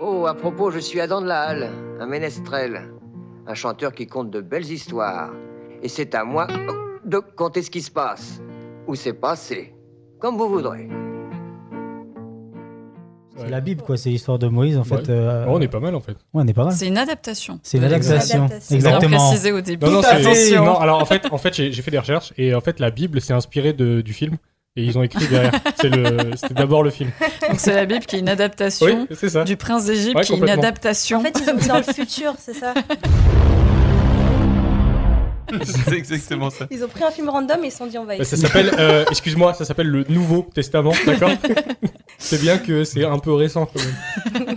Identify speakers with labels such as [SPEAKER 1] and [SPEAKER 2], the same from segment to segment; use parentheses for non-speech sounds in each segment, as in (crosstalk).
[SPEAKER 1] Oh, à propos, je suis Adam de la Halle, un ménestrel, un chanteur qui conte de belles histoires. Et c'est à moi de compter ce qui se passe, ou c'est passé, comme vous voudrez.
[SPEAKER 2] C'est la Bible, quoi. C'est l'histoire de Moïse, en
[SPEAKER 3] Ouais.
[SPEAKER 2] fait. euh,
[SPEAKER 3] Oh, on est pas mal en fait.
[SPEAKER 2] ouais, on est pas mal.
[SPEAKER 4] C'est une adaptation.
[SPEAKER 2] C'est une
[SPEAKER 3] C'est une
[SPEAKER 2] adaptation.
[SPEAKER 5] adaptation.
[SPEAKER 4] On l'a
[SPEAKER 2] Exactement.
[SPEAKER 4] précisé au début.
[SPEAKER 3] Non, non,
[SPEAKER 2] à
[SPEAKER 3] c'est-
[SPEAKER 2] fait.
[SPEAKER 3] non, alors en fait, en fait j'ai j'ai fait des recherches et en fait, la Bible s'est inspirée de- du film et ils ont écrit
[SPEAKER 2] (laughs)
[SPEAKER 3] derrière. C'est le- C'était d'abord le film.
[SPEAKER 4] Donc, c'est la Bible qui est une adaptation
[SPEAKER 3] Oui, c'est ça.
[SPEAKER 4] du prince d'Égypte
[SPEAKER 3] Ouais,
[SPEAKER 4] qui est une
[SPEAKER 3] complètement.
[SPEAKER 4] adaptation.
[SPEAKER 5] En fait, ils ont mis dans le futur, c'est ça
[SPEAKER 6] (laughs) c'est exactement ça.
[SPEAKER 5] Ils ont pris un film random et ils se sont dit on va
[SPEAKER 3] Bah, Ça
[SPEAKER 5] essayer.
[SPEAKER 3] s'appelle, euh, excuse-moi, ça s'appelle le Nouveau Testament,
[SPEAKER 2] (laughs)
[SPEAKER 3] d'accord C'est bien que c'est un peu récent quand même.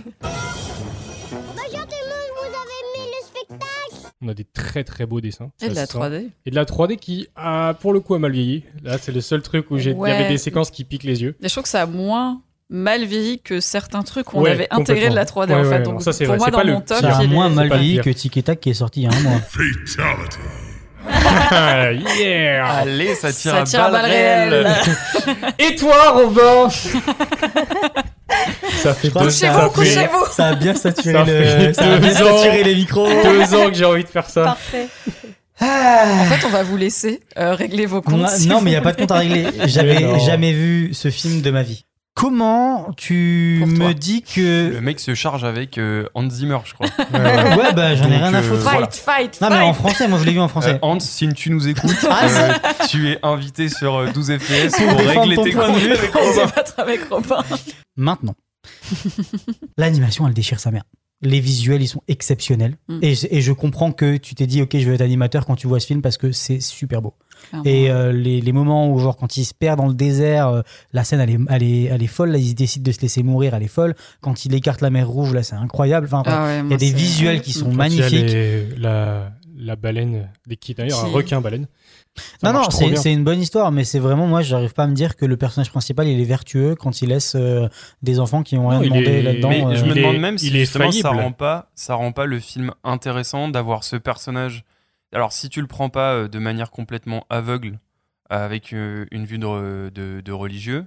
[SPEAKER 3] On a des très très beaux dessins.
[SPEAKER 4] Et de
[SPEAKER 3] Ça
[SPEAKER 4] la
[SPEAKER 3] se sent.
[SPEAKER 4] 3D.
[SPEAKER 3] Et de la 3D qui, a, pour le coup, a mal vieilli. Là, c'est le seul truc où j'ai- il y
[SPEAKER 4] Ouais.
[SPEAKER 3] avait des séquences qui piquent
[SPEAKER 4] (laughs)
[SPEAKER 3] les yeux. (laughs)
[SPEAKER 4] Mais je trouve que ça a moins mal vieilli que certains trucs qu'on
[SPEAKER 3] Ouais,
[SPEAKER 4] avait intégrés de la 3D
[SPEAKER 3] complètement.
[SPEAKER 4] en fait.
[SPEAKER 3] Ouais, ouais,
[SPEAKER 4] Donc,
[SPEAKER 3] non, ça, c'est
[SPEAKER 4] pour
[SPEAKER 3] vrai.
[SPEAKER 4] moi,
[SPEAKER 3] C'est
[SPEAKER 4] dans
[SPEAKER 3] pas
[SPEAKER 4] mon
[SPEAKER 3] le
[SPEAKER 4] top,
[SPEAKER 2] C'est un
[SPEAKER 4] il est-
[SPEAKER 2] moins
[SPEAKER 3] c'est
[SPEAKER 2] mal
[SPEAKER 3] pas le
[SPEAKER 2] vieilli
[SPEAKER 3] pire.
[SPEAKER 2] que Tic et Tac qui est sorti il y a un mois.
[SPEAKER 3] Ah, yeah
[SPEAKER 6] Allez, ça tire,
[SPEAKER 4] Ça tire à balles réelles.
[SPEAKER 3] Et toi, Robin Ça fait
[SPEAKER 2] Je crois
[SPEAKER 3] deux,
[SPEAKER 2] que ça a
[SPEAKER 4] Couchez-vous,
[SPEAKER 2] fait-
[SPEAKER 4] couchez-vous.
[SPEAKER 2] Ça a bien saturé,
[SPEAKER 3] Ça
[SPEAKER 2] le...
[SPEAKER 3] fait
[SPEAKER 2] ça a bien
[SPEAKER 3] deux ans.
[SPEAKER 2] saturé les micros.
[SPEAKER 3] deux ans que j'ai envie de faire ça.
[SPEAKER 5] Parfait.
[SPEAKER 4] En fait, on va vous laisser euh, régler vos comptes.
[SPEAKER 2] Non,
[SPEAKER 4] si
[SPEAKER 2] non,
[SPEAKER 4] vous
[SPEAKER 2] mais il n'y a pas de compte à régler. J'avais
[SPEAKER 3] non.
[SPEAKER 2] jamais vu ce film de ma vie. Comment tu
[SPEAKER 4] Pour
[SPEAKER 2] me
[SPEAKER 4] toi.
[SPEAKER 2] dis que.
[SPEAKER 6] Le mec se charge avec euh, Hans Zimmer, je crois.
[SPEAKER 2] Ouais, bah j'en ai
[SPEAKER 6] Donc,
[SPEAKER 2] rien à
[SPEAKER 6] euh,
[SPEAKER 2] foutre.
[SPEAKER 4] Fight,
[SPEAKER 6] Voilà.
[SPEAKER 4] fight,
[SPEAKER 2] Non,
[SPEAKER 4] fight.
[SPEAKER 2] mais en français, moi je l'ai vu en
[SPEAKER 6] Euh,
[SPEAKER 2] français.
[SPEAKER 6] Hans, si tu nous écoutes,
[SPEAKER 2] Ah,
[SPEAKER 6] euh, tu es invité sur euh, 12 FPS pour
[SPEAKER 2] défendre
[SPEAKER 6] régler
[SPEAKER 2] ton
[SPEAKER 6] tes
[SPEAKER 2] point de
[SPEAKER 6] comptes
[SPEAKER 2] vue.
[SPEAKER 6] avec
[SPEAKER 4] On
[SPEAKER 6] (laughs)
[SPEAKER 4] se
[SPEAKER 6] Robin.
[SPEAKER 4] battre avec Robin.
[SPEAKER 2] Maintenant. (laughs) L'animation, elle déchire sa mère. Les visuels, ils sont exceptionnels.
[SPEAKER 4] Mm.
[SPEAKER 2] Et, je- et je comprends que tu t'es dit, ok, je veux être animateur quand tu vois ce film parce que c'est super beau. Et euh, les, les moments où, genre, quand il se perd dans le désert, euh, la scène, elle est, elle est, elle est folle. Là, il décide de se laisser mourir, elle est folle. Quand il écarte la mer rouge, là, c'est incroyable. Enfin,
[SPEAKER 4] Ah ouais,
[SPEAKER 2] il y
[SPEAKER 4] moi,
[SPEAKER 2] a des
[SPEAKER 4] c'est-
[SPEAKER 2] visuels qui sont
[SPEAKER 3] Quand il y a
[SPEAKER 2] magnifiques.
[SPEAKER 3] les- la, la baleine, des qui d'ailleurs, un
[SPEAKER 4] Qui-
[SPEAKER 3] requin baleine. Ça
[SPEAKER 2] Non, non,
[SPEAKER 3] marche trop
[SPEAKER 2] c'est
[SPEAKER 3] bien.
[SPEAKER 2] c'est une bonne histoire, mais c'est vraiment, moi, j'arrive pas à me dire que le personnage principal, il est vertueux quand il laisse euh, des enfants qui ont rien
[SPEAKER 3] Non, il
[SPEAKER 2] demandé
[SPEAKER 3] est-
[SPEAKER 2] là-dedans.
[SPEAKER 6] Mais
[SPEAKER 3] Non,
[SPEAKER 6] je
[SPEAKER 2] euh,
[SPEAKER 6] me
[SPEAKER 3] il est-
[SPEAKER 6] demande même si
[SPEAKER 3] il est
[SPEAKER 6] justement ça
[SPEAKER 3] faillible.
[SPEAKER 6] rend, pas, ça rend pas le film intéressant d'avoir ce personnage. Alors, si tu le prends pas euh, de manière complètement aveugle, avec euh, une vue de, de- de religieux,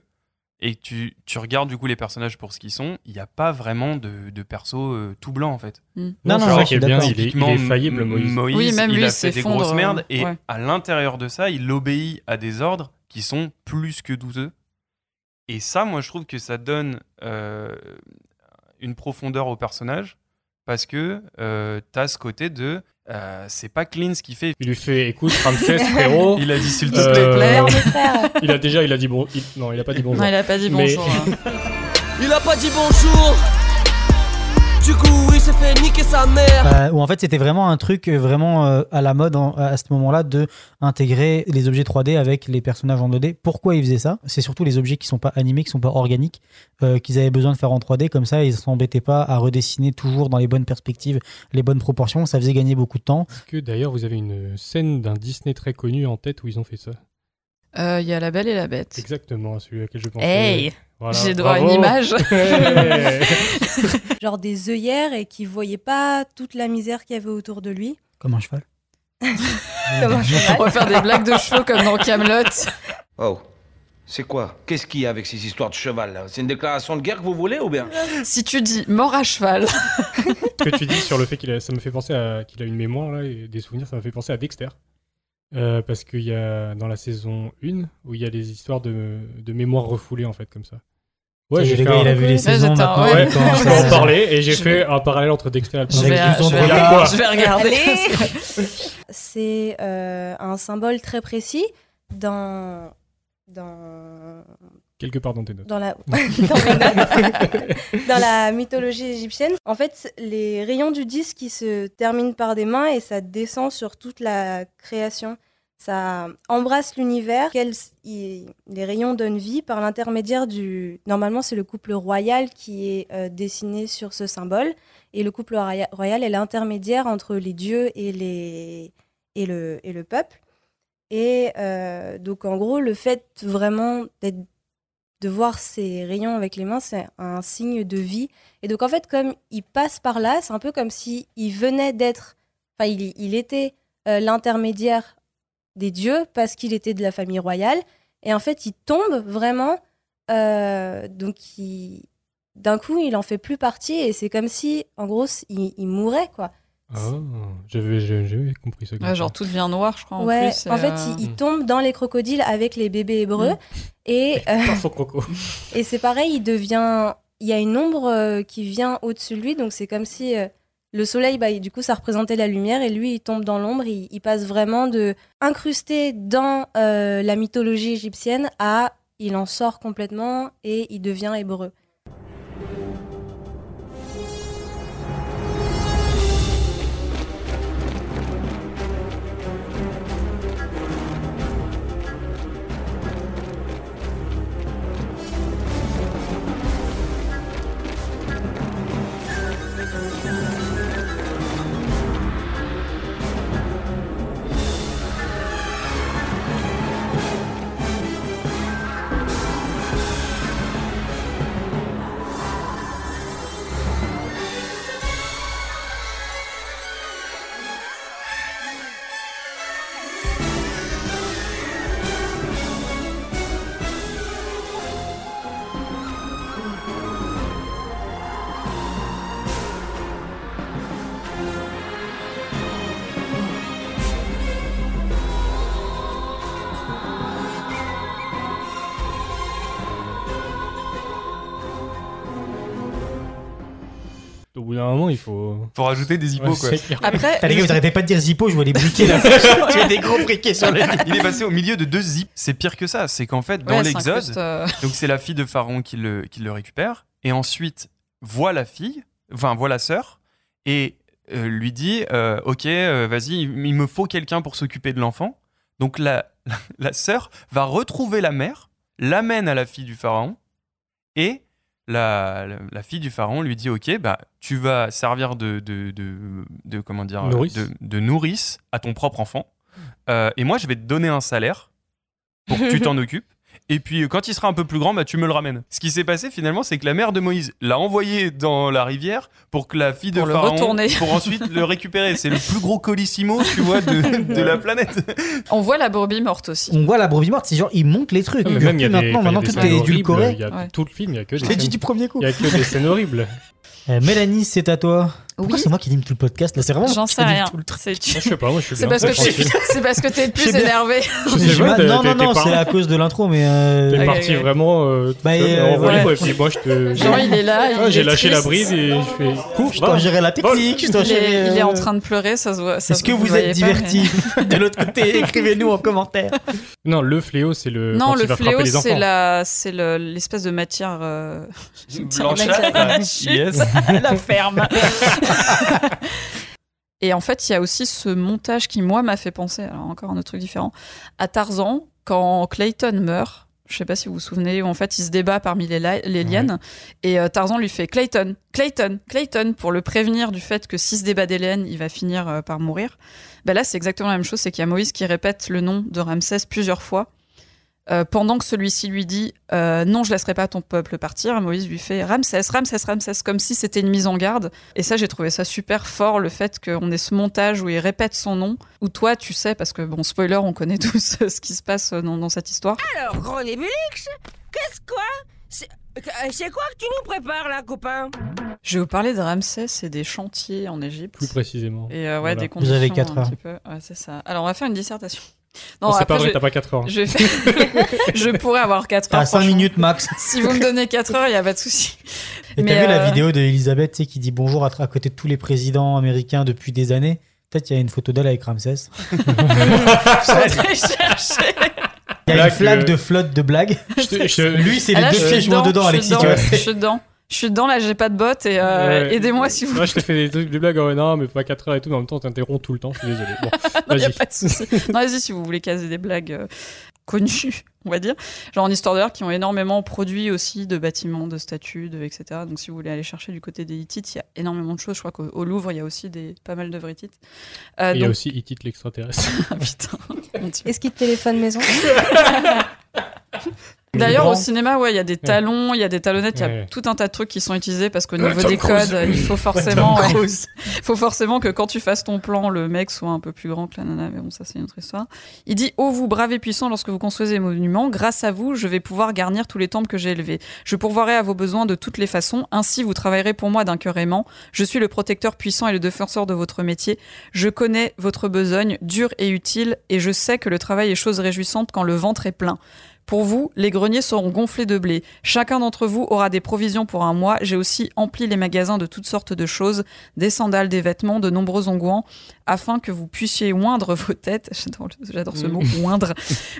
[SPEAKER 6] et que tu, tu regardes du coup les personnages pour ce qu'ils sont, il n'y a pas vraiment de, de perso euh, tout blanc en fait.
[SPEAKER 2] Non,
[SPEAKER 3] c'est
[SPEAKER 2] non, non,
[SPEAKER 3] vrai
[SPEAKER 2] je suis
[SPEAKER 3] qu'il est bien,
[SPEAKER 2] d'accord.
[SPEAKER 3] il est, il
[SPEAKER 6] Typiquement,
[SPEAKER 3] est faillible,
[SPEAKER 6] M-
[SPEAKER 3] Moïse.
[SPEAKER 4] Oui, même
[SPEAKER 6] il
[SPEAKER 4] lui,
[SPEAKER 6] a
[SPEAKER 4] c'est
[SPEAKER 6] fait des
[SPEAKER 4] fondre,
[SPEAKER 6] grosses
[SPEAKER 4] euh,
[SPEAKER 6] merdes, et
[SPEAKER 4] ouais.
[SPEAKER 6] à l'intérieur de ça, il obéit à des ordres qui sont plus que douteux. Et ça, moi, je trouve que ça donne euh, une profondeur au personnage, parce que euh, t'as ce côté de euh, c'est pas clean ce qu'il fait.
[SPEAKER 3] Il lui fait écoute,
[SPEAKER 2] (laughs)
[SPEAKER 3] Ramsès,
[SPEAKER 2] Oh.
[SPEAKER 3] frérot.
[SPEAKER 6] Il a dit s'il te
[SPEAKER 3] Euh,
[SPEAKER 6] plaît.
[SPEAKER 4] plaire.
[SPEAKER 5] Mes frères,
[SPEAKER 3] (laughs) Il a déjà, il a dit bon. il- non, il a pas dit bonjour.
[SPEAKER 4] Non, il a pas dit
[SPEAKER 3] Mais-
[SPEAKER 4] bonjour. hein.
[SPEAKER 7] Il a pas dit bonjour. Du coup, il s'est fait niquer sa mère.
[SPEAKER 2] Euh, où en fait c'était vraiment un truc euh, vraiment euh, à la mode en- à ce moment-là de intégrer les objets 3D avec les personnages en 2D. Pourquoi ils faisaient ça C'est surtout les objets qui sont pas animés, qui sont pas organiques, euh, qu'ils avaient besoin de faire en 3D. Comme ça, ils s'embêtaient pas à redessiner toujours dans les bonnes perspectives, les bonnes proportions. Ça faisait gagner beaucoup de temps.
[SPEAKER 3] Est-ce que d'ailleurs vous avez une scène d'un Disney très connu en tête où ils ont fait ça
[SPEAKER 4] Euh, Il y a la belle et la bête.
[SPEAKER 3] Exactement, celui auquel je pense.
[SPEAKER 4] Hey, j'ai droit à une image.
[SPEAKER 5] genre des œillères et qui voyaient pas toute la misère qu'il y avait autour de lui.
[SPEAKER 2] Comme un cheval.
[SPEAKER 3] (laughs)
[SPEAKER 5] Comme un cheval.
[SPEAKER 4] On va faire des blagues de chevaux comme dans Camelot.
[SPEAKER 8] Oh, c'est quoi Qu'est-ce qu'il y a avec ces histoires de cheval là C'est une déclaration de guerre que vous voulez ou bien
[SPEAKER 4] Si tu dis mort à cheval,
[SPEAKER 3] Ce que tu dis sur le fait qu'il a, ça me fait penser à qu'il a une mémoire là et des souvenirs, ça me fait penser à Dexter. Euh, parce qu'il y a dans la saison 1 où il y a des histoires de, de mémoire refoulée en fait comme ça. Ouais, j'ai fait
[SPEAKER 2] le gars, il a
[SPEAKER 3] un...
[SPEAKER 2] vu les
[SPEAKER 4] Ouais,
[SPEAKER 2] saisons.
[SPEAKER 4] j'étais un-
[SPEAKER 2] maintenant,
[SPEAKER 3] Ouais,
[SPEAKER 2] il
[SPEAKER 3] (laughs)
[SPEAKER 2] commence
[SPEAKER 3] je peux
[SPEAKER 2] à-
[SPEAKER 3] en parler et j'ai
[SPEAKER 4] Je
[SPEAKER 3] fait
[SPEAKER 4] vais-
[SPEAKER 3] un parallèle entre Dexter et
[SPEAKER 2] Je
[SPEAKER 4] je
[SPEAKER 2] Avec
[SPEAKER 4] vais, euh,
[SPEAKER 2] du sang de
[SPEAKER 4] je vais
[SPEAKER 2] regard.
[SPEAKER 4] regarder. Je vais regarder.
[SPEAKER 5] C'est euh, un symbole très précis dans dans
[SPEAKER 3] quelque part dans tes notes.
[SPEAKER 5] dans la (laughs) dans, mes notes. Dans la mythologie égyptienne. En fait, les rayons du disque qui se terminent par des mains et ça descend sur toute la création. Ça embrasse l'univers. qu'elles- i- Les rayons donnent vie par l'intermédiaire du. Normalement, c'est le couple royal qui est euh, dessiné sur ce symbole. Et le couple roya- royal est l'intermédiaire entre les dieux et, les... et, le... et le peuple. Et euh, donc, en gros, le fait vraiment d'être de voir ces rayons avec les mains, c'est un signe de vie. Et donc, en fait, comme il passe par là, c'est un peu comme s'il venait d'être, enfin, il, il était euh, l'intermédiaire des dieux parce qu'il était de la famille royale. Et en fait, il tombe vraiment, euh, donc il, d'un coup, il en fait plus partie et c'est comme si, en gros, c- il, il mourait, quoi.
[SPEAKER 3] Ah, j'avais j'ai- j'ai compris ça. comme
[SPEAKER 4] (laughs) Ouais, Ah, genre tout devient noir, je crois. En
[SPEAKER 5] ouais,
[SPEAKER 4] plus, et,
[SPEAKER 5] en fait,
[SPEAKER 4] euh,
[SPEAKER 5] il, il tombe dans les crocodiles avec les bébés
[SPEAKER 4] Mm.
[SPEAKER 5] hébreux et, euh,
[SPEAKER 3] ça. Par son croco.
[SPEAKER 5] et c'est pareil, il devient. Il y a une ombre euh, qui vient au-dessus de lui, donc c'est comme si euh, le soleil, bah, il- du coup, ça représentait la lumière et lui, il tombe dans l'ombre. Il, il passe vraiment de incrusté dans euh, la mythologie égyptienne à il en sort complètement et il devient hébreu.
[SPEAKER 3] Au bout d'un moment, il faut.
[SPEAKER 6] Faut rajouter des hippos,
[SPEAKER 3] Ouais,
[SPEAKER 6] quoi.
[SPEAKER 3] c'est clair.
[SPEAKER 4] Après,
[SPEAKER 2] T'as les gars, vous arrêtez pas de dire Zippo, je vois les
[SPEAKER 3] (laughs)
[SPEAKER 2] briquets là. tu as des gros briquets sur les.
[SPEAKER 6] Il est passé au milieu de deux zips. C'est pire que ça. C'est qu'en fait, dans
[SPEAKER 4] ouais,
[SPEAKER 6] l'Exode,
[SPEAKER 4] s'incruste, euh,
[SPEAKER 6] donc c'est la fille de Pharaon qui le, qui le récupère. Et ensuite, voit la fille, enfin, voit la sœur, et euh, lui dit euh, Ok, euh, vas-y, il il me faut quelqu'un pour s'occuper de l'enfant. Donc la, la, sœur va retrouver la mère, l'amène à la fille du Pharaon, et. La, la, la fille du pharaon lui dit ok bah tu vas servir de de, de, de- comment dire
[SPEAKER 3] Nourrice.
[SPEAKER 6] De, de nourrice à ton propre enfant Euh, et moi je vais te donner un salaire
[SPEAKER 4] (laughs)
[SPEAKER 6] pour que
[SPEAKER 5] (laughs)
[SPEAKER 6] tu t'en occupes et puis euh, quand il sera un peu plus grand, bah, tu me le ramènes. Ce qui s'est passé finalement, c'est que la mère de Moïse l'a envoyé dans la rivière pour que la fille de
[SPEAKER 4] Pour le
[SPEAKER 6] Pharaon
[SPEAKER 4] retourner.
[SPEAKER 6] (laughs) pour ensuite le récupérer. C'est le plus gros colissimo, tu vois, de,
[SPEAKER 4] (laughs)
[SPEAKER 6] de la planète.
[SPEAKER 4] euh, on voit la brebis morte aussi.
[SPEAKER 2] On voit la brebis morte, c'est genre, ils montent les trucs.
[SPEAKER 3] Ah, mais
[SPEAKER 2] Du
[SPEAKER 3] même,
[SPEAKER 2] coup,
[SPEAKER 3] il y a des-
[SPEAKER 2] maintenant,
[SPEAKER 3] enfin, il y a
[SPEAKER 2] maintenant
[SPEAKER 3] des
[SPEAKER 2] tout
[SPEAKER 3] scènes
[SPEAKER 2] est
[SPEAKER 3] horribles,
[SPEAKER 2] édulcoré.
[SPEAKER 3] Il y a
[SPEAKER 4] Ouais.
[SPEAKER 3] tout le film, il y a que
[SPEAKER 2] Je
[SPEAKER 3] des
[SPEAKER 2] l'ai dit
[SPEAKER 3] scènes-
[SPEAKER 2] du premier coup.
[SPEAKER 3] il y a que des scènes horribles.
[SPEAKER 2] Euh, Mélanie, c'est à toi. Pourquoi c'est moi qui anime tout le podcast là C'est vraiment.
[SPEAKER 4] J'en
[SPEAKER 2] je
[SPEAKER 4] sais
[SPEAKER 2] dis
[SPEAKER 4] rien.
[SPEAKER 2] tout le truc.
[SPEAKER 4] (laughs) C'est
[SPEAKER 3] Moi, je sais pas, moi je suis
[SPEAKER 4] c'est
[SPEAKER 3] bien.
[SPEAKER 4] parce, que
[SPEAKER 3] je
[SPEAKER 4] tu- c'est parce que t'es le
[SPEAKER 2] J'ai
[SPEAKER 4] plus
[SPEAKER 2] bien-
[SPEAKER 4] énervé.
[SPEAKER 2] Je sais
[SPEAKER 3] pas,
[SPEAKER 2] pas,
[SPEAKER 3] t'es-
[SPEAKER 2] Non, non,
[SPEAKER 3] t'es
[SPEAKER 2] non,
[SPEAKER 3] pas-
[SPEAKER 2] c'est à cause de l'intro, mais. euh,
[SPEAKER 3] T'es
[SPEAKER 4] Ok,
[SPEAKER 3] parti
[SPEAKER 4] ok.
[SPEAKER 3] vraiment euh, tout
[SPEAKER 2] Bah,
[SPEAKER 3] seul,
[SPEAKER 2] euh,
[SPEAKER 3] en volley,
[SPEAKER 2] voilà.
[SPEAKER 3] quoi, et puis moi je te.
[SPEAKER 4] Genre, il est là. il
[SPEAKER 3] Ah, J'ai
[SPEAKER 4] est
[SPEAKER 3] lâché la
[SPEAKER 4] triste.
[SPEAKER 3] brise et je fais cours.
[SPEAKER 2] Je
[SPEAKER 3] va.
[SPEAKER 2] t'en gérerai la technique, je t'en
[SPEAKER 4] Il est,
[SPEAKER 2] gérerai,
[SPEAKER 4] il est en
[SPEAKER 2] euh,
[SPEAKER 4] train de pleurer, ça se voit. ça
[SPEAKER 2] Est-ce
[SPEAKER 4] se-
[SPEAKER 2] que vous
[SPEAKER 4] voyez
[SPEAKER 2] êtes
[SPEAKER 4] pas, mais-
[SPEAKER 2] divertis (laughs) De l'autre côté, écrivez-nous en
[SPEAKER 4] (laughs)
[SPEAKER 2] commentaire.
[SPEAKER 3] Non, le fléau, c'est le.
[SPEAKER 4] Non,
[SPEAKER 3] quand
[SPEAKER 4] le
[SPEAKER 3] il va frapper
[SPEAKER 4] fléau,
[SPEAKER 3] les
[SPEAKER 4] c'est
[SPEAKER 3] enfants.
[SPEAKER 4] la, c'est le- l'espèce de matière. euh, matière (laughs)
[SPEAKER 6] Blanchâtre.
[SPEAKER 4] blanchâtre à la ferme. (laughs) Et en fait, il y a aussi ce montage qui, moi, m'a fait penser, alors encore un autre truc différent, à Tarzan, quand Clayton meurt. Je sais pas si vous vous souvenez, où en fait il se débat parmi les, li- les lianes et euh, Tarzan lui fait Clayton, Clayton, Clayton pour le prévenir du fait que s'il se débat des lianes, il va finir euh, par mourir. Bah là, c'est exactement la même chose, c'est qu'il y a Moïse qui répète le nom de Ramsès plusieurs fois euh, pendant que celui-ci lui dit euh, non, je laisserai pas ton peuple partir, Moïse lui fait Ramsès, Ramsès, Ramsès, comme si c'était une mise en garde. Et ça, j'ai trouvé ça super fort, le fait qu'on ait ce montage où il répète son nom, où toi, tu sais, parce que bon, spoiler, on connaît (laughs) tous ce qui se passe dans, dans cette histoire.
[SPEAKER 7] Alors, René Bulix, qu'est-ce quoi C'est euh, c'est quoi que tu nous prépares là, copain
[SPEAKER 4] Je vais vous parler de Ramsès et des chantiers en Égypte.
[SPEAKER 3] Plus précisément.
[SPEAKER 4] Et euh, ouais,
[SPEAKER 3] Voilà.
[SPEAKER 4] des
[SPEAKER 2] Vous avez
[SPEAKER 4] conditions
[SPEAKER 2] quatre
[SPEAKER 4] un
[SPEAKER 2] heures.
[SPEAKER 4] petit peu. Ouais, c'est ça. Alors, on va faire une dissertation.
[SPEAKER 2] (laughs)
[SPEAKER 3] Non, c'est pas
[SPEAKER 4] après,
[SPEAKER 3] vrai,
[SPEAKER 4] je-
[SPEAKER 3] t'as pas 4 heures. hein.
[SPEAKER 4] je, vais faire- je pourrais avoir 4
[SPEAKER 2] T'as
[SPEAKER 4] heures.
[SPEAKER 2] 5
[SPEAKER 4] franchement.
[SPEAKER 2] minutes max.
[SPEAKER 4] Si vous me donnez 4 heures, il n'y a pas de souci.
[SPEAKER 2] Et t'as
[SPEAKER 4] Mais,
[SPEAKER 2] vu la
[SPEAKER 4] euh, (laughs)
[SPEAKER 2] vidéo de Elisabeth tu sais, qui dit bonjour à, à côté de tous les présidents américains depuis des années Peut-être qu'il y a une photo d'elle avec Ramsès.
[SPEAKER 4] (laughs)
[SPEAKER 2] (laughs)
[SPEAKER 4] Faudrait chercher.
[SPEAKER 2] Il y a
[SPEAKER 3] Blague,
[SPEAKER 2] une flague
[SPEAKER 3] euh,
[SPEAKER 2] de flotte de blague.
[SPEAKER 3] Je te- je te-
[SPEAKER 2] Lui, c'est
[SPEAKER 4] Ah
[SPEAKER 2] les
[SPEAKER 4] là,
[SPEAKER 2] deux
[SPEAKER 4] je suis
[SPEAKER 2] pieds jouant dedans,
[SPEAKER 4] je
[SPEAKER 2] Alexis. tu
[SPEAKER 4] suis
[SPEAKER 2] vois.
[SPEAKER 4] dedans, Je suis dedans. Je suis dedans, là, j'ai pas de bottes et euh,
[SPEAKER 3] Ouais.
[SPEAKER 4] aidez-moi si vous
[SPEAKER 3] Moi, je te fais des, trucs, des blagues, euh, non, mais pas 4 heures et tout, mais en même temps, t'interromps tout le temps, je suis désolé. Bon,
[SPEAKER 4] (laughs) Non, y a
[SPEAKER 3] vas-y.
[SPEAKER 2] (laughs)
[SPEAKER 4] pas de souci. Non, vas-y, si vous voulez caser des blagues euh, connues, (laughs) on va dire. Genre en histoire de l'art, qui ont énormément produit aussi de bâtiments, de statues, de, etc. Donc si vous voulez aller chercher du côté des Hittites, il y a énormément de choses. Je crois qu'au au Louvre, il y a aussi des, pas mal d'œuvres Hittites. Euh,
[SPEAKER 3] Et Il y a
[SPEAKER 4] donc-
[SPEAKER 3] aussi E Itit
[SPEAKER 4] (laughs)
[SPEAKER 3] l'extraterrestre.
[SPEAKER 4] Putain, mon Dieu.
[SPEAKER 5] Est-ce qu'il te téléphone maison
[SPEAKER 4] D'ailleurs, au
[SPEAKER 2] Grand.
[SPEAKER 4] cinéma, ouais, il y a des talons, il y a des talonnettes, il y a
[SPEAKER 3] Ouais.
[SPEAKER 4] tout un tas de trucs qui sont utilisés parce qu'au
[SPEAKER 3] Ouais,
[SPEAKER 4] niveau
[SPEAKER 3] Tom
[SPEAKER 4] des
[SPEAKER 3] Cruise.
[SPEAKER 4] codes, il faut forcément,
[SPEAKER 3] Tom
[SPEAKER 4] ouais, (laughs) faut forcément que quand tu fasses ton plan, le mec soit un peu plus grand que la nana. Mais bon, ça c'est une autre histoire. Il dit "Oh vous braves et puissants, lorsque vous construisez les monuments, grâce à vous, je vais pouvoir garnir tous les temples que j'ai élevés. Je pourvoirai à vos besoins de toutes les façons. Ainsi, vous travaillerez pour moi d'un cœur aimant. Je suis le protecteur puissant et le défenseur de votre métier. Je connais votre besogne, dure et utile, et je sais que le travail est chose réjouissante quand le ventre est plein." Pour vous, les greniers seront gonflés de blé. Chacun d'entre vous aura des provisions pour un mois. J'ai aussi empli les magasins de toutes sortes de choses, des sandales, des vêtements, de nombreux onguents, afin que vous puissiez oindre (laughs) vos têtes. J'adore, le- j'adore
[SPEAKER 6] Mm.
[SPEAKER 4] ce mot,
[SPEAKER 6] (laughs)
[SPEAKER 4] oindre.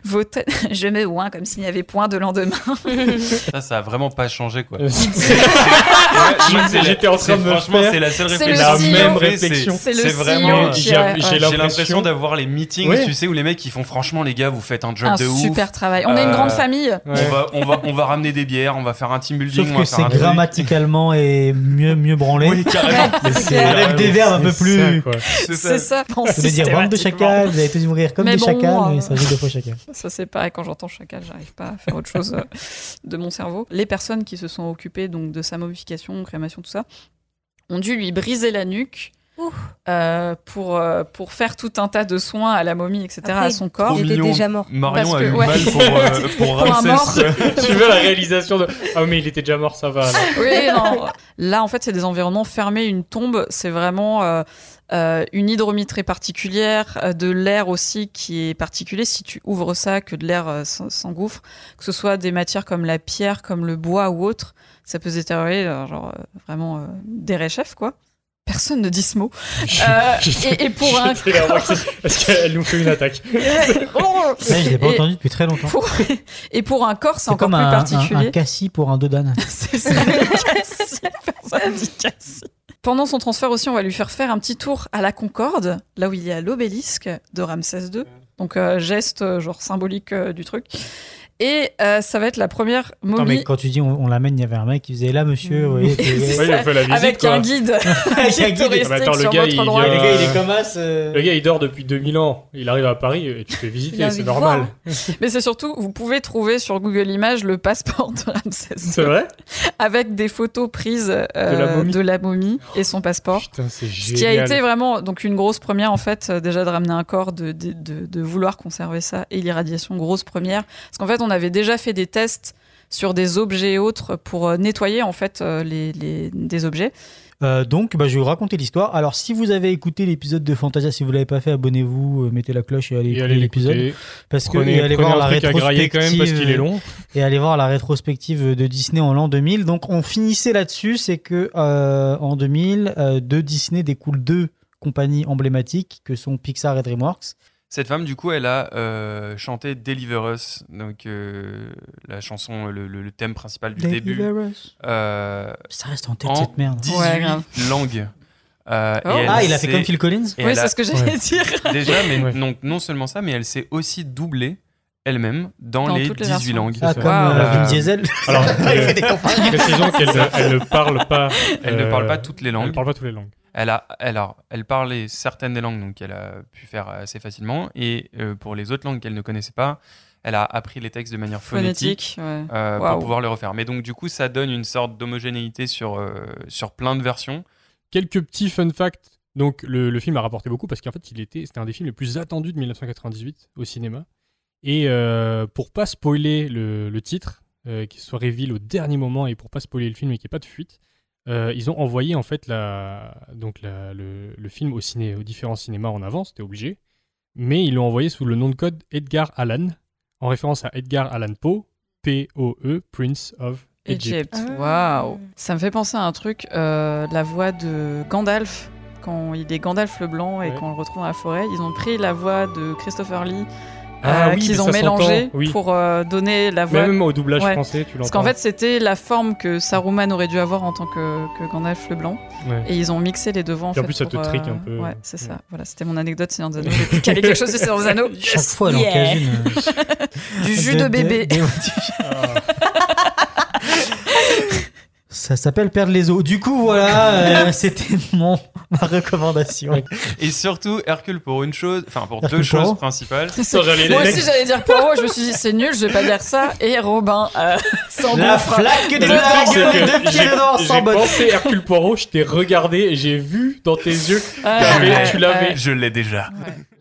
[SPEAKER 4] Vos têtes. (laughs) Je mets oin comme s'il n'y avait point de lendemain.
[SPEAKER 6] Ça, ça a vraiment pas changé, quoi.
[SPEAKER 3] Euh, (laughs)
[SPEAKER 6] C'est la-
[SPEAKER 3] J'étais en
[SPEAKER 6] c'est-
[SPEAKER 3] train de me
[SPEAKER 6] Franchement,
[SPEAKER 3] faire
[SPEAKER 6] c'est la seule
[SPEAKER 4] C'est
[SPEAKER 6] réflexion.
[SPEAKER 4] le La sillon. même
[SPEAKER 6] C'est-
[SPEAKER 3] réflexion.
[SPEAKER 6] C'est
[SPEAKER 4] C'est le
[SPEAKER 6] c'est
[SPEAKER 4] sillon.
[SPEAKER 6] vraiment. J'ai
[SPEAKER 3] J'ai
[SPEAKER 4] Ouais,
[SPEAKER 3] j'ai
[SPEAKER 4] ouais.
[SPEAKER 6] l'impression
[SPEAKER 3] l'impression
[SPEAKER 6] d'avoir les meetings,
[SPEAKER 3] Ouais.
[SPEAKER 6] tu sais, où les mecs, ils font franchement, les gars, vous faites un job
[SPEAKER 4] Un
[SPEAKER 6] de ouf.
[SPEAKER 4] super travail. On a une
[SPEAKER 6] Euh,
[SPEAKER 4] grande famille.
[SPEAKER 6] On, va, on, va, on va ramener des bières, on va faire un team building.
[SPEAKER 2] Sauf
[SPEAKER 6] on va
[SPEAKER 2] que
[SPEAKER 6] faire
[SPEAKER 2] c'est
[SPEAKER 6] un truc.
[SPEAKER 2] grammaticalement et mieux, mieux branlé.
[SPEAKER 6] Oui,
[SPEAKER 2] (laughs)
[SPEAKER 6] carrément.
[SPEAKER 4] Ouais, c'est clair.
[SPEAKER 2] Avec des verbes un peu
[SPEAKER 3] C'est
[SPEAKER 2] plus-
[SPEAKER 3] ça, quoi.
[SPEAKER 6] (laughs) C'est
[SPEAKER 4] C'est
[SPEAKER 6] ça.
[SPEAKER 4] ça. Bon,
[SPEAKER 2] Je voulais dire bande de chacals, vous allez tous mourir comme
[SPEAKER 4] Mais
[SPEAKER 2] des
[SPEAKER 4] bon,
[SPEAKER 2] chacals,
[SPEAKER 4] euh,
[SPEAKER 2] mais il s'agit de fois chacun.
[SPEAKER 4] Ça, c'est pareil. Quand j'entends chacal, j'arrive pas à faire autre chose euh, de mon cerveau. Les personnes qui se sont occupées donc de sa momification, crémation, tout ça, ont dû lui briser la nuque
[SPEAKER 5] Ouh.
[SPEAKER 4] euh, pour, euh, pour faire tout un tas de soins à la momie, etc.,
[SPEAKER 5] Après,
[SPEAKER 4] à son
[SPEAKER 6] Trop
[SPEAKER 4] corps.
[SPEAKER 5] Il était
[SPEAKER 6] mignon.
[SPEAKER 5] déjà mort.
[SPEAKER 6] Marion
[SPEAKER 4] Parce
[SPEAKER 6] a
[SPEAKER 4] que-
[SPEAKER 6] eu
[SPEAKER 4] ouais.
[SPEAKER 6] mal pour, euh,
[SPEAKER 4] (laughs)
[SPEAKER 6] pour
[SPEAKER 4] Pour un
[SPEAKER 6] Ramsès.
[SPEAKER 4] mort.
[SPEAKER 3] (laughs) tu veux la réalisation de. Ah, mais il était déjà mort, ça va. alors.
[SPEAKER 4] Oui, non. Là, en fait, c'est des environnements fermés. Une tombe, c'est vraiment euh, euh, une hydromie très particulière, euh, de l'air aussi qui est particulier. Si tu ouvres ça, que de l'air euh, s'en- s'engouffre, que ce soit des matières comme la pierre, comme le bois ou autre, ça peut se détériorer, euh, genre euh, vraiment euh, des réchefs, quoi. Personne ne dit ce mot. Euh, et, et pour
[SPEAKER 3] (laughs)
[SPEAKER 4] un.
[SPEAKER 3] J'étais là,
[SPEAKER 4] (laughs)
[SPEAKER 3] Roxy, Parce qu'elle nous fait une attaque.
[SPEAKER 4] Oh
[SPEAKER 2] Ça, je l'ai pas
[SPEAKER 4] Et-
[SPEAKER 2] entendu depuis très longtemps.
[SPEAKER 4] pour- et pour un corps, c'est
[SPEAKER 2] C'est
[SPEAKER 4] encore
[SPEAKER 2] comme
[SPEAKER 4] plus
[SPEAKER 2] un, un,
[SPEAKER 4] particulier.
[SPEAKER 2] un cassis pour un dodane.
[SPEAKER 4] C'est ça, (laughs) Cassie. Personne dit Cassie. Pendant son transfert aussi, on va lui faire faire un petit tour à la Concorde, là où il y a l'obélisque de Ramsès II. Donc euh, geste euh, genre symbolique euh, du truc. Et euh, ça va être la première
[SPEAKER 2] Non, mais
[SPEAKER 4] momie
[SPEAKER 2] quand tu dis on, on l'amène, il y avait un mec qui faisait là, monsieur, vous
[SPEAKER 3] (laughs)
[SPEAKER 2] voyez. t'es- (laughs)
[SPEAKER 4] C'est
[SPEAKER 3] Ouais, il a fait la visite.
[SPEAKER 4] avec
[SPEAKER 3] quoi.
[SPEAKER 4] un
[SPEAKER 3] (laughs)
[SPEAKER 4] guide
[SPEAKER 2] Avec un guide.
[SPEAKER 4] touristique
[SPEAKER 3] Ah bah attends, le
[SPEAKER 4] sur
[SPEAKER 3] gars,
[SPEAKER 4] votre
[SPEAKER 3] il
[SPEAKER 4] droit.
[SPEAKER 3] vient-
[SPEAKER 2] Le gars, il est comme as. euh,
[SPEAKER 3] Le gars, il dort depuis 2000 ans. Il arrive à Paris et tu fais
[SPEAKER 5] Il a
[SPEAKER 3] visiter,
[SPEAKER 5] envie
[SPEAKER 3] c'est
[SPEAKER 5] de
[SPEAKER 3] normal.
[SPEAKER 5] voir.
[SPEAKER 4] Mais c'est surtout, vous pouvez trouver sur Google Images le passeport de Ramsès
[SPEAKER 3] (laughs) C'est
[SPEAKER 4] II
[SPEAKER 3] vrai
[SPEAKER 4] avec des photos prises euh,
[SPEAKER 3] la momie.
[SPEAKER 4] de la momie et son passeport.
[SPEAKER 3] Putain, c'est génial.
[SPEAKER 4] Ce qui a été vraiment donc une grosse première en fait euh, déjà de ramener un corps, de, de, de- de vouloir conserver ça et l'irradiation grosse première parce qu'en fait on avait déjà fait des tests sur des objets et autres pour euh, nettoyer en fait euh, les, les- des objets.
[SPEAKER 2] Euh, donc, bah, je vais vous raconter l'histoire. Alors, si vous avez écouté l'épisode de Fantasia, si vous l'avez pas fait, abonnez-vous, euh, mettez la cloche et allez
[SPEAKER 3] Et
[SPEAKER 2] écouter
[SPEAKER 3] allez
[SPEAKER 2] l'épisode.
[SPEAKER 3] l'écouter.
[SPEAKER 2] Parce que
[SPEAKER 3] Prenez,
[SPEAKER 2] et allez
[SPEAKER 3] prenez
[SPEAKER 2] voir
[SPEAKER 3] un
[SPEAKER 2] la
[SPEAKER 3] truc à grailler quand
[SPEAKER 2] rétrospective. euh,
[SPEAKER 3] même parce qu'il est long.
[SPEAKER 2] et aller voir la rétrospective de Disney en l'an 2000. Donc on finissait là-dessus, c'est que euh, en 2000, euh, de Disney découlent deux compagnies emblématiques que sont Pixar et DreamWorks.
[SPEAKER 6] Cette femme, du coup, elle a euh, chanté Deliver Us, donc euh, la chanson, le, le- le thème principal du début, euh,
[SPEAKER 2] Ça reste en tête
[SPEAKER 6] en
[SPEAKER 2] cette merde.
[SPEAKER 6] 18
[SPEAKER 4] Ouais, grave.
[SPEAKER 6] langues. Euh,
[SPEAKER 4] Oh.
[SPEAKER 6] et elle
[SPEAKER 2] Ah, il a fait
[SPEAKER 6] s'est-
[SPEAKER 2] comme Phil Collins
[SPEAKER 6] et
[SPEAKER 4] oui,
[SPEAKER 6] elle a-
[SPEAKER 4] c'est ce que j'allais
[SPEAKER 3] ouais.
[SPEAKER 4] dire.
[SPEAKER 6] (laughs) Déjà, mais
[SPEAKER 3] Ouais.
[SPEAKER 6] non, non seulement ça, mais elle s'est aussi doublée elle-même dans,
[SPEAKER 4] Dans
[SPEAKER 6] les
[SPEAKER 4] toutes les
[SPEAKER 6] 18
[SPEAKER 4] versions.
[SPEAKER 6] langues.
[SPEAKER 2] Ah,
[SPEAKER 3] ça.
[SPEAKER 2] comme euh,
[SPEAKER 6] Wow.
[SPEAKER 2] Vin Diesel.
[SPEAKER 3] Alors,
[SPEAKER 2] (laughs) Il fait des
[SPEAKER 3] euh,
[SPEAKER 2] campagnes.
[SPEAKER 3] précisons qu'elle ne- elle ne parle pas.
[SPEAKER 6] Elle ne
[SPEAKER 3] euh,
[SPEAKER 6] parle pas toutes les
[SPEAKER 3] Elle
[SPEAKER 6] langues.
[SPEAKER 3] ne parle pas toutes les langues.
[SPEAKER 6] Elle, a, elle, a- elle parlait certaines des langues, donc elle a pu faire assez facilement. Et euh, pour les autres langues qu'elle ne connaissait pas, elle a appris les textes de manière phonétique.
[SPEAKER 4] Phonétique. ouais.
[SPEAKER 6] euh,
[SPEAKER 4] Waouh.
[SPEAKER 6] pour pouvoir les refaire. Mais donc du coup, ça donne une sorte d'homogénéité sur, euh, sur plein de versions.
[SPEAKER 3] Quelques petits fun facts. Donc, le, le film a rapporté beaucoup parce qu'en fait, il était, c'était un des films les plus attendus de 1998 au cinéma. Et euh, pour pas spoiler le, le titre, euh, qu'il soit reveal au dernier moment et pour pas spoiler le film et qu'il n'y ait pas de fuite, euh, ils ont envoyé en fait la, donc la- le, le film au ciné, aux différents cinémas en avance, c'était obligé. Mais ils l'ont envoyé sous le nom de code Edgar Allan, en référence à Edgar Allan Poe, P-O-E, Prince of Egypt.
[SPEAKER 4] Egypt.
[SPEAKER 5] Ah.
[SPEAKER 4] Waouh. Ça me fait penser à un truc, euh, la voix de Gandalf. Quand il est Gandalf le blanc et
[SPEAKER 3] Ouais.
[SPEAKER 4] qu'on le retrouve dans la forêt, ils ont pris la voix de Christopher Lee
[SPEAKER 3] Ah
[SPEAKER 4] euh,
[SPEAKER 3] oui, mais
[SPEAKER 4] qu'ils ont
[SPEAKER 3] ça s'entend,
[SPEAKER 4] mélangée
[SPEAKER 3] oui.
[SPEAKER 4] pour euh, donner la voix
[SPEAKER 3] Mais même au doublage
[SPEAKER 4] Ouais.
[SPEAKER 3] français, tu l'entends.
[SPEAKER 4] Parce qu'en fait, c'était la forme que Saruman aurait dû avoir en tant que, que Gandalf le Blanc.
[SPEAKER 3] Ouais.
[SPEAKER 4] Et ils ont mixé les deux voix. En,
[SPEAKER 3] Puis en
[SPEAKER 4] fait,
[SPEAKER 3] plus, ça
[SPEAKER 4] pour, euh,
[SPEAKER 3] te trique un peu.
[SPEAKER 4] Ouais, c'est
[SPEAKER 3] Ouais.
[SPEAKER 4] ça. Voilà, c'était mon anecdote
[SPEAKER 3] (laughs)
[SPEAKER 4] Seigneur des Anneaux. J'ai pu caler quelque chose du Seigneur des Anneaux.
[SPEAKER 2] Chaque
[SPEAKER 4] Yes.
[SPEAKER 2] fois, elle en
[SPEAKER 4] Yeah.
[SPEAKER 2] cage une. euh Ah.
[SPEAKER 4] Du jus de bébé.
[SPEAKER 2] de-
[SPEAKER 3] Ah.
[SPEAKER 2] Ça s'appelle perdre les os. Du coup, voilà, euh, c'était mon ma recommandation.
[SPEAKER 6] Et surtout, Hercule pour une chose, enfin pour
[SPEAKER 2] Hercule
[SPEAKER 6] deux
[SPEAKER 2] Poirot.
[SPEAKER 6] choses principales.
[SPEAKER 4] C'est-
[SPEAKER 3] Attends, j'allais-
[SPEAKER 4] Moi aussi j'allais dire Poirot, je me suis dit c'est nul, je vais pas dire ça. Et Robin, euh, (laughs) sans
[SPEAKER 2] La
[SPEAKER 4] bouffe.
[SPEAKER 2] flaque des
[SPEAKER 3] (laughs) Le
[SPEAKER 2] blagues,
[SPEAKER 3] truc, c'est que
[SPEAKER 2] deux pieds
[SPEAKER 3] j'ai-
[SPEAKER 2] dedans, sans
[SPEAKER 3] J'ai
[SPEAKER 2] botte.
[SPEAKER 3] pensé Hercule Poirot, je t'ai regardé et j'ai vu dans tes yeux
[SPEAKER 4] Ouais,
[SPEAKER 3] T'avais-
[SPEAKER 4] ouais,
[SPEAKER 3] tu l'avais.
[SPEAKER 4] ouais.
[SPEAKER 6] Je l'ai déjà.
[SPEAKER 4] Ouais.